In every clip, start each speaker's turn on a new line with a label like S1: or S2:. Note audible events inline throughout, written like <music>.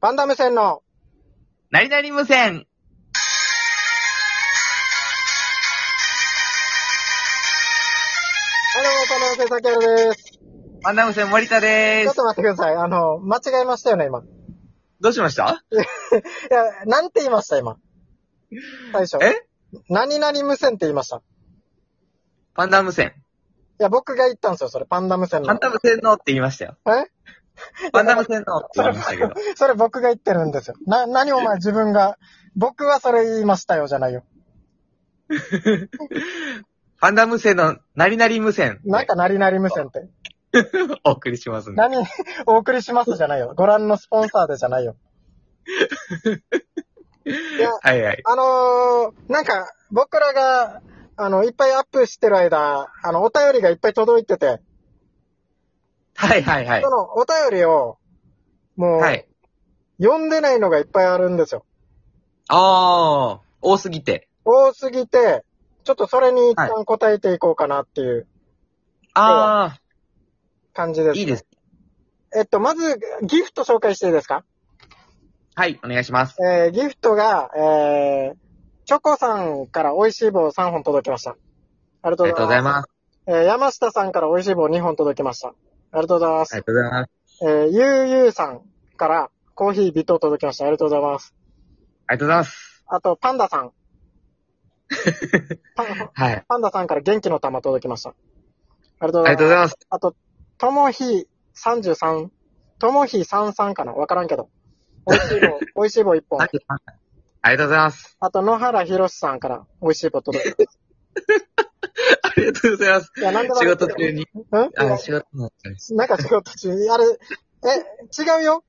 S1: パンダ目線の、
S2: なりなり無線。
S1: はい、どうも、パンダ目線、さきやるです。
S2: パンダ無線森田で
S1: ちょ
S2: ー
S1: っ
S2: す。
S1: と待ってください。あの、間違えましたよね、今。い
S2: どうしました
S1: や、なんて言いました、今。最初。
S2: え
S1: 何々無線って言いました。い
S2: パンダ無線。
S1: や、僕が言ったんですよ、それ。パンダ無線の。
S2: パンダ無線のって言いましたよ。
S1: え
S2: パンダ無線のって言いましたけど。
S1: それ僕が言ってるんですよ。な、何お前自分が、僕はそれ言いましたよ、じゃないよ。
S2: パンダ無線のなりなり無線。
S1: なんか、何々無線って。
S2: お送りしますんで。
S1: 何、お送りしますじゃないよ。ご覧のスポンサーでじゃないよ。いや、
S2: はいはい。
S1: あのー、なんか、僕らが、あの、いっぱいアップしてる間、あの、お便りがいっぱい届いてて、
S2: はいはいはい
S1: そ。のお便りを、もう、
S2: はい。
S1: 読んでないのがいっぱいあるんですよ。
S2: あー、多すぎて。
S1: 多すぎて、ちょっとそれに一旦答えていこうかなっていう
S2: あ
S1: 感じです、
S2: ー、いいです。。
S1: えっと、まず、ギフト紹介していいですか
S2: はい、お願いします。
S1: えー、ギフトが、えー、チョコさんから美味しい棒3本届きました。ありが
S2: あ
S1: と
S2: り
S1: う
S2: が
S1: ご
S2: とう
S1: ざ
S2: ござ
S1: い
S2: い
S1: ま
S2: ますす。。
S1: えー、山下さんから美味しい棒2本届きました。ありがとうございます
S2: あり。がとうございます。
S1: えー、ゆうゆうさんからコーヒービト届きました。ありがとうございます。
S2: ありがとうございます。
S1: あと、パンダ
S2: <laughs>
S1: さん。パン
S2: はい。
S1: パンダさんから元気の玉届きました。ありがとう
S2: あ
S1: ご
S2: り
S1: ざい
S2: がとう
S1: ま
S2: ご
S1: す。
S2: ざいます。
S1: あと、ともひ33。ともひ33かなわからんけど。美味しい
S2: <laughs>
S1: 棒、美味しい棒1本。
S2: ありがとうございます。
S1: あと、野原ひろしさんから美味しい棒届いて。
S2: ありがとうございます。
S1: いや、なんで
S2: <laughs> 仕事中に。
S1: うん
S2: あの、仕事の中で
S1: なんか仕事中、あれ、え、違うよ。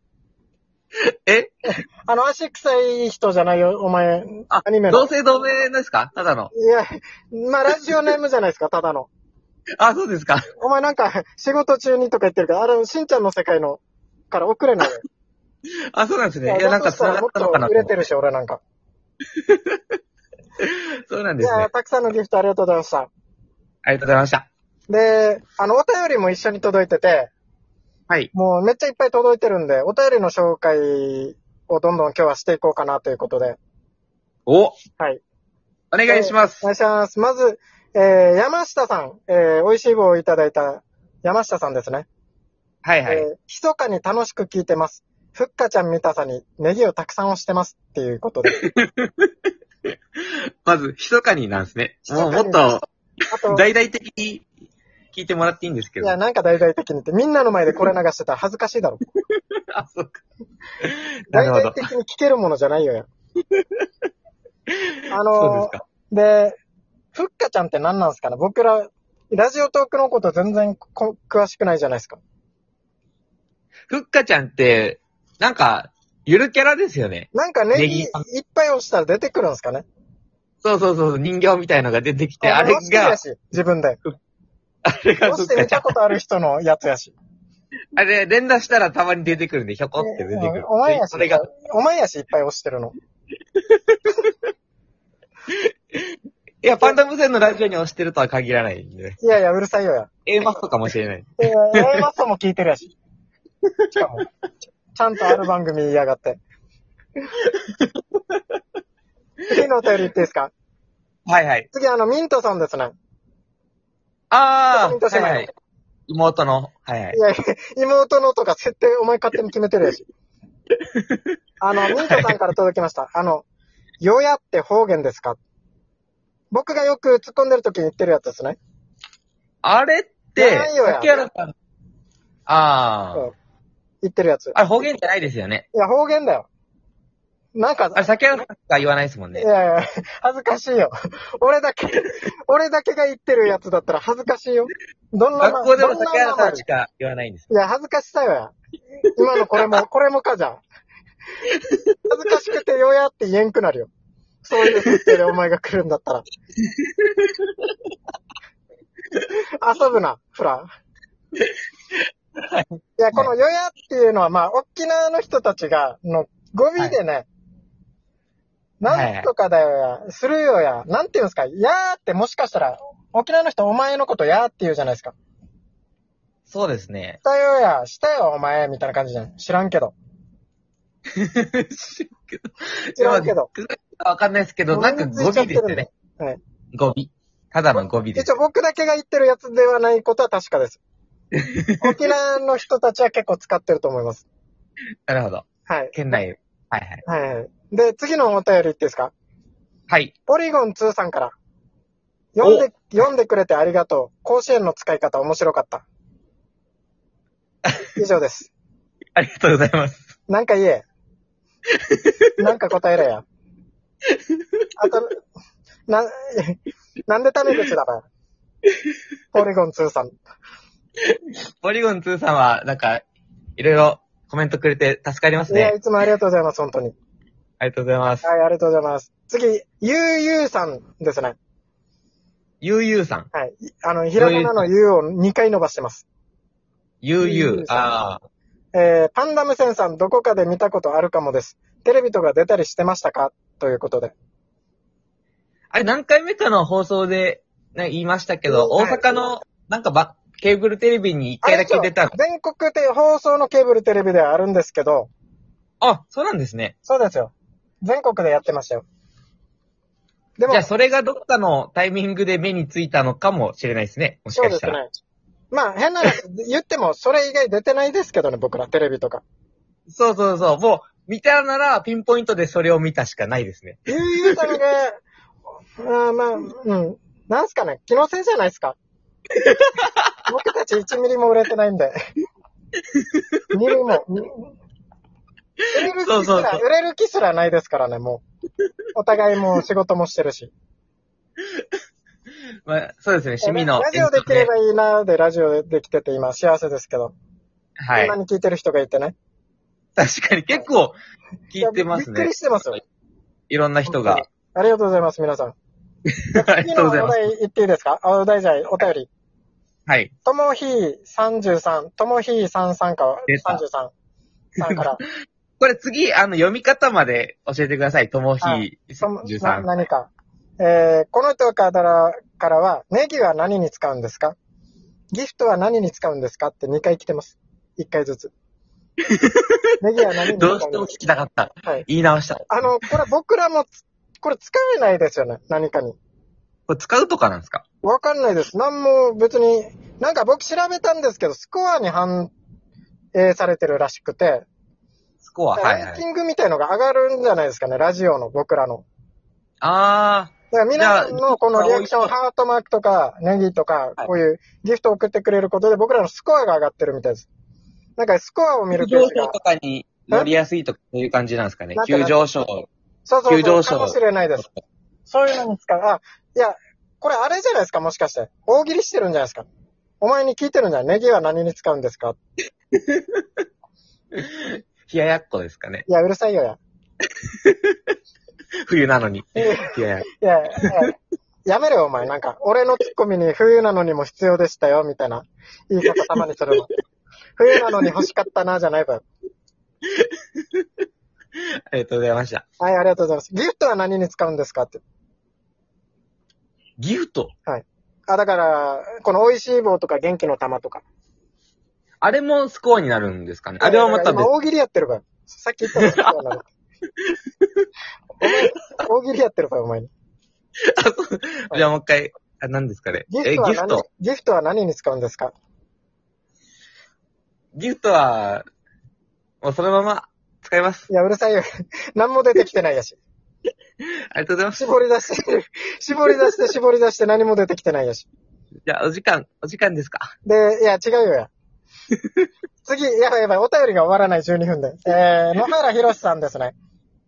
S2: え
S1: あの、足臭い人じゃないよ、お前。
S2: あ
S1: アニメの。
S2: 同姓同名ですかただの。
S1: いや、まあ、ラジオネームじゃないですか、ただの。
S2: あ、そうですか。
S1: お前なんか、仕事中にとか言ってるから、あれ、しんちゃんの世界の、から遅れないよ。
S2: あ、そうなんですね。いや、なんか
S1: そ
S2: 繋が
S1: も
S2: っ
S1: った
S2: の
S1: と
S2: かな
S1: 売
S2: と
S1: れてるし、俺なんか。
S2: そうなん
S1: い
S2: です
S1: や、
S2: ね。
S1: たくさんのギフトありがとうございました。
S2: ありがとうございました。
S1: で、あの、お便りも一緒に届いてて、
S2: はい。
S1: もうめっちゃいっぱい届いてるんで、お便りの紹介をどんどん今日はしていこうかなということで。
S2: お
S1: はい。
S2: お願いしま
S1: お
S2: す。
S1: 願いします。まず、えー、山下さん、えー、美味しい棒をいただいた山下さんですね。
S2: はいは
S1: え
S2: い。
S1: ー密かに楽しく聞いてます。ふっかちゃん見たさにネギをたくさん押してますっていうこと
S2: <laughs>
S1: で。
S2: まず、密かになんですね。もうも
S1: 密
S2: っ
S1: かに
S2: と、
S1: あと、い
S2: 大々的に聞いてもらっていいんですけど。
S1: や、なんか大々的にって、みんなの前でこれ流してたら恥ずかしいだろ。
S2: あ、そうか。な
S1: 大
S2: るほど
S1: 々。的に聞けるものじゃないよ
S2: <laughs>
S1: や。あ
S2: そうで
S1: の
S2: すか。
S1: ーで、ふっかちゃんって何なんですかね僕ら、ラジオトークのこと全然こ詳しくないじゃないですか。
S2: ふっかちゃんって、なんか、ゆるキャラですよね。
S1: なんかネギい
S2: ネギ
S1: っぱい押したら出てくるんですかね
S2: そうそうそうそう、人形みたいのが出てきて、あれ
S1: 押してるや
S2: が、
S1: し、自分
S2: <laughs>
S1: で。
S2: あれがふ
S1: 押
S2: っ
S1: して
S2: か
S1: 見
S2: ちゃ
S1: た
S2: ん。
S1: ことある人のやつや
S2: <laughs>
S1: し。
S2: あれ、連打したらたまに出てくるんで、ひょこって出てくる。
S1: お前やし
S2: それが、、
S1: お前やしいっぱい押してるの。
S2: いや、パンダ無線のラジオに押してるとは限らないんでね。
S1: いやいや、うるさいよや。
S2: A マストかもしれない。
S1: えー、A マッソも聞いてるやし。しかも、ちゃんとある番組言いやがって。次のお便り言っていいですか
S2: はいはい。
S1: 次、あの、ミントさんですね。
S2: あ
S1: 本当
S2: あ、
S1: に確
S2: はい
S1: かに
S2: はい。妹の、はいはい
S1: い。やいや、妹のとか設定お前勝手に決めてるやし。あの、ミントさんから届きました。あの、よやって方言ですか僕がよく突っ込んでる時に言ってるやつですね。
S2: あれっ
S1: い
S2: て
S1: やないよ、や
S2: 竹原さん。あ
S1: う
S2: あ
S1: ん。言ってるやつ。い
S2: あれ方言じゃないですよね。
S1: や、方言だよ。なんか
S2: あ、れ竹原さんしか言わないですもん
S1: い
S2: ね。
S1: やいや、恥ずかしいよ。俺だけ、俺だけが言ってるやつだったら恥ずかしいよ。どんな
S2: 学校でも
S1: どんな
S2: 竹原さん
S1: い
S2: しか言わないんです。
S1: や、恥ずかしさよや。今のこれも、これもかじゃん。恥ずかしくてよやって言えんくなるよ。そういう設定でお前が来るんだったら。遊ぶな、フラ。いや、このよやっていうのは、まあ、沖縄の人たちが、の語尾でね、なんとかだよや、するよや、なんて言うんですか、やーってもしかしたら、沖縄の人お前のことやーって言うじゃないですか。
S2: そうです
S1: <laughs>
S2: ね
S1: し。たよや、したよお前、みたいな感じじゃん。知らんけど。知らんけど。
S2: くわかんないですけど、なんか語尾ですよね。
S1: はい。
S2: 語尾。ただの語尾です
S1: 一。応僕だけが言ってるやつではないことは確か <laughs> です。沖縄の人たちは結構使ってると思います。
S2: なるほど。
S1: はい。
S2: 県内。はいはい。
S1: はいはい。で、次のお便りいっていいですか
S2: はい。
S1: ポリゴン2さんから。読んで、読んでくれてありがとう。甲子園の使い方面白かった。以上です。
S2: ありがとうございます。
S1: なんか言え。なんか答えろや。あと、な、 <laughs> なんでタメ口だろポリゴン2さん。
S2: ポリゴン2さんは、なんか、いろいろコメントくれて助かります
S1: いや、
S2: ね。
S1: いつもありがとうございます、本当に。
S2: ありがとうございます。
S1: はい、ありがとうございます。次、ゆうゆうさんですね。
S2: ゆうゆうさん。
S1: はい。あの、ひらがなのゆうを2回伸ばしてます。
S2: ゆ
S1: ゆう
S2: うゆ
S1: ゆ
S2: う
S1: う。さん
S2: ああ。
S1: えー、パンダムセンさん、どこかで見たことあるかもです。テレビとか出たりしてましたかということで。
S2: あれ何回目かの放送で、なんか言いましたけど、
S1: うん
S2: 大阪の、なんかば、ケーブルテレビに一
S1: あ
S2: 回
S1: れ
S2: だ
S1: です
S2: け
S1: よ
S2: 出た。
S1: 全国で放送のケーブルテレビではあるんですけど、
S2: あ、そうなんですね。
S1: そうですよ。全国でやってましたよ。でも
S2: じゃあ、それがどっかのタイミングで目についたのかもしれないですね。もし
S1: そう
S2: か
S1: で
S2: し
S1: す
S2: たら。
S1: ね。まあ、変な話、言っても、それ以外出てないですけどね、僕ら、テレビとか。
S2: そうそうそう。もう、見たなら、ピンポイントでそれを見たしかないですね。
S1: ゆうゆうさ <laughs> んが、あーまあ、うん。なんすかね、気のせいじゃないですか。 <laughs> 僕たち1ミリも売れてないんで。2ミリも。に売れる気すら、
S2: そうそうそう
S1: 売れる気すらないですからね、もう。お互いもう仕事もしてるし。
S2: まあ、そうですね。趣味の。
S1: ラジオできればいいなーで、ラジオできてて今幸せですけど。
S2: はい
S1: 今。に聞いてる人がいてね。
S2: 確かに結構聞いてます
S1: やびっく
S2: ね
S1: り。してますよ。
S2: いろんな
S1: 本
S2: 人が。
S1: ありがとうございます、皆さん。
S2: <laughs> あり
S1: 次
S2: がと
S1: の
S2: う
S1: お
S2: ございます。
S1: 題言っていいですかあお題じゃない、お便り。
S2: はい。
S1: ともひー33、ともひー33か、
S2: 出た
S1: 33さん
S2: <laughs>
S1: から、
S2: これ次、あの、読み方まで教えてください。ともひ
S1: はいともな
S2: 13。
S1: 何か。えー、この人からからは、ネギは何に使うんですかギフトは何に使うんですかって2回来てます。1回
S2: <laughs>
S1: ずつ。ネギは何に使う
S2: どうん
S1: で
S2: しても聞
S1: す
S2: きたかった。
S1: かはい。
S2: 言い直した。
S1: あの、これ僕らもつ、これ使えないですよね、何かに。
S2: これ使うとかなんですか
S1: わかんないです。なんも別に、なんか僕調べたんですけど、スコアに反映されてるらしくて、
S2: スコア。はいは
S1: ランキ
S2: い。
S1: ングみたいのが上がるんじゃないですかね、ラジオの、僕らの。
S2: あ
S1: だから皆さんのこのリアクショ
S2: じ
S1: ン、
S2: ゃ
S1: ハートマークとか、ネギとか、こういうギフトを送ってくれることで僕らのスコアが上がってるみたいです。なんかスコアを見
S2: ー。
S1: るペ
S2: 急
S1: ー
S2: 上
S1: ジ
S2: 昇
S1: が
S2: と、かに乗りやすいとか、そういう感じなんですかね
S1: なん。て
S2: 急上昇。
S1: そうそう
S2: 急上
S1: そう、か
S2: 昇
S1: もしれないです。そういうのに使う。あ、いや、これあれじゃないですか、もしかして。大喜利してるんじゃないですか。お前に聞いてるんじゃないネギは何に使うんですか
S2: 冷ややっこですかね。 <laughs>
S1: いや、うるさいよや。
S2: 冬なのに。
S1: <laughs> え
S2: 冷ややっこ。
S1: いや、いややめろよ、お前。なんか、俺のツッコミに冬なのにも必要でしたよ、みたいな言い方たまにするの。冬なのに欲しかったな、じゃない分。
S2: ありがとうございました。
S1: はい、ありがとうございます。ギフトは何に使うんですかって。
S2: ギフト。
S1: あ、だから、この美味しい棒とか元気の玉とか。
S2: あれもスコアになるんですかね。あれはまた
S1: 今
S2: 別。
S1: 大喜利やってる分。さっき言ったらスコアになる。お前、大喜利やってる分、お前に。
S2: じゃあもう一回、あ、何ですかね。
S1: ギ
S2: え、
S1: フトは
S2: ギ
S1: 何
S2: フト。
S1: ギフトは何に使うんですか
S2: ギフトは、もうそのまま使います。
S1: いや、うるさいよ。何も出てきてないやし。
S2: ありがとうございます。
S1: 絞り出して、絞り出して、絞り出して何も出てきてないやし。
S2: じゃあ、お時間、お時間ですか。
S1: で、いや、違うよ
S2: <laughs>
S1: や。次、やばいやばい、お便りが終わらない12分で。えー、野原ひろしさんですね。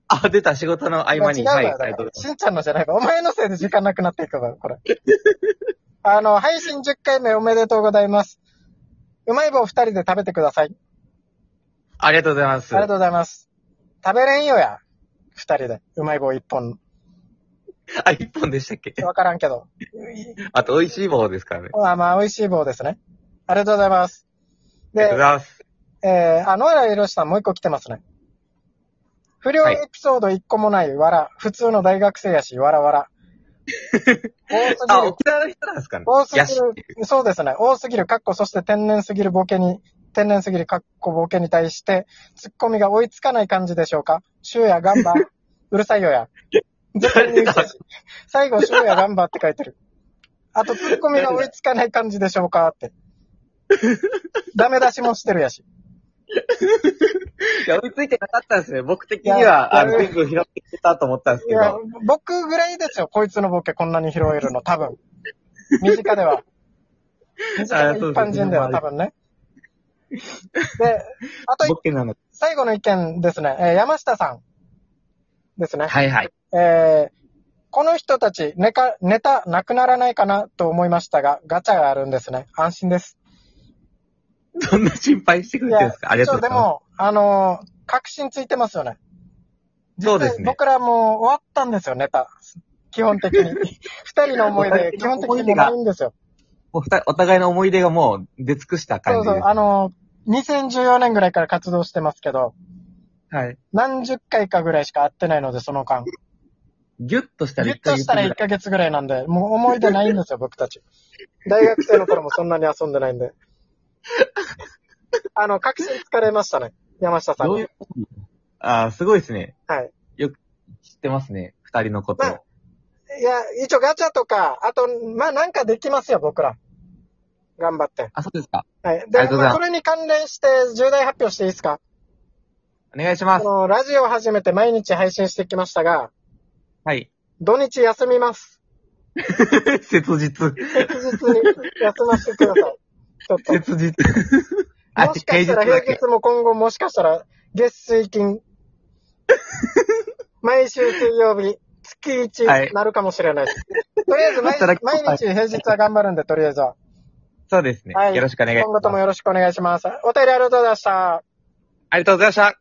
S2: あ、出た、仕事の合間に。
S1: いや
S2: はい、
S1: 違う
S2: あ
S1: わ
S2: り
S1: だか
S2: がとう
S1: ら
S2: ございます。
S1: しんちゃんのじゃないか。お前のせいで時間なくなっていくわ、これ。
S2: <laughs>
S1: あの、配信10回目おめでとうございます。うまい棒2人で食べてください。
S2: ありがとうございます。
S1: ありがとうございます。食べれんよや。2人で。うまい棒1本。
S2: <laughs> あ、一本でしたっけ
S1: わからんけど。
S2: あと、美味しい棒ですからね。
S1: まあまあ、美味しい棒ですね。ありがとうございます。
S2: ありがとうございます。
S1: えー、あ、野原宏さんもう一個来てますね。不良エピソード一個もない、わら。普通の大学生やし、わらわら。多す
S2: あ、
S1: ぎる
S2: 沖縄の人なんですかね。
S1: 多す
S2: ヤシ
S1: ぎる、そうですね。多すぎる、かっこ、そして天然すぎるボケに、天然すぎるかっこボケに対して、ツッコミが追いつかない感じでしょうかシュウやガンバ、うるさいよや。絶対に言うし最後、シュウやガンバって書いてる。あと、ツッコミが追いつかない感じでしょうかって。ダメ出しもしてるやし。
S2: いや、追いついてなかったんですね。僕的には、あ
S1: いや
S2: の、全部拾ってきたと思ったんです
S1: い
S2: け
S1: や
S2: ど。、
S1: 僕ぐらいですよ、こいつのボケこんなに拾えるの、多
S2: <laughs>
S1: 分。身近では。身近な一般人では多分ね。で、あと一
S2: 僕なの。
S1: 最後の意見ですね。えー山下さんですね。
S2: はいはい。
S1: えーこの人たちネカ、ネタなくならないかなと思いましたが、ガチャがあるんですね。安心です。
S2: どんな心配してくれてるんですかありがとうござい
S1: 一
S2: ま
S1: 応でも、あのー確信ついてますよね。
S2: す。そうですね。
S1: 僕らもう終わったんですよ、ネタ。基本的に。
S2: <laughs>
S1: 二人の思い出、基本的にもうないんですよ。
S2: お二人お互いの思い出がもう出尽くした
S1: そう
S2: 感じ
S1: そ
S2: で
S1: う
S2: す。。
S1: あのー2014年ぐらいから活動してますけど、
S2: はい。
S1: 何十回かぐらいしか会ってないので、その間。
S2: ギュッとしたら
S1: ギュ
S2: 一
S1: ッと
S2: 回
S1: したら1ヶ月ぐらいなんで、もう思い出ないんですよ、僕た
S2: <laughs>
S1: ち。大学生の頃もそんなに遊んでないんで。あの、確信疲れましたね。山下さん
S2: ど
S1: に。
S2: ういうああ、すごいですね。
S1: はい。
S2: 知ってますね。二人のこと
S1: まあ。いや、一応ガチャとか、あと、まあなんかできますよ、僕ら。頑張って。
S2: あ、そうですか。
S1: はい。
S2: あり
S1: で、
S2: がとうございます
S1: それに関連して重大発表していいですか
S2: お願いし
S1: あ
S2: ます。
S1: の、ラジオを始めて毎日配信してきましたが、
S2: はい。
S1: 土日休みます。
S2: <laughs> 切実。
S1: 切実に休ませてください。ちょっと。
S2: <laughs> 切実。
S1: もしかしたら平日も今後もしかしたら月水
S2: <laughs>
S1: 金。毎週水曜日、月
S2: はい
S1: 1なるかもしれないです。とりあえず毎
S2: 働き
S1: 毎日平日は頑張るんで、とりあえずは。
S2: そうですね。
S1: はい
S2: よろしくお願いし
S1: 今後
S2: ま
S1: とも
S2: す。
S1: よろしくお願いします。お便りありがとうございました。
S2: ありがとうございました。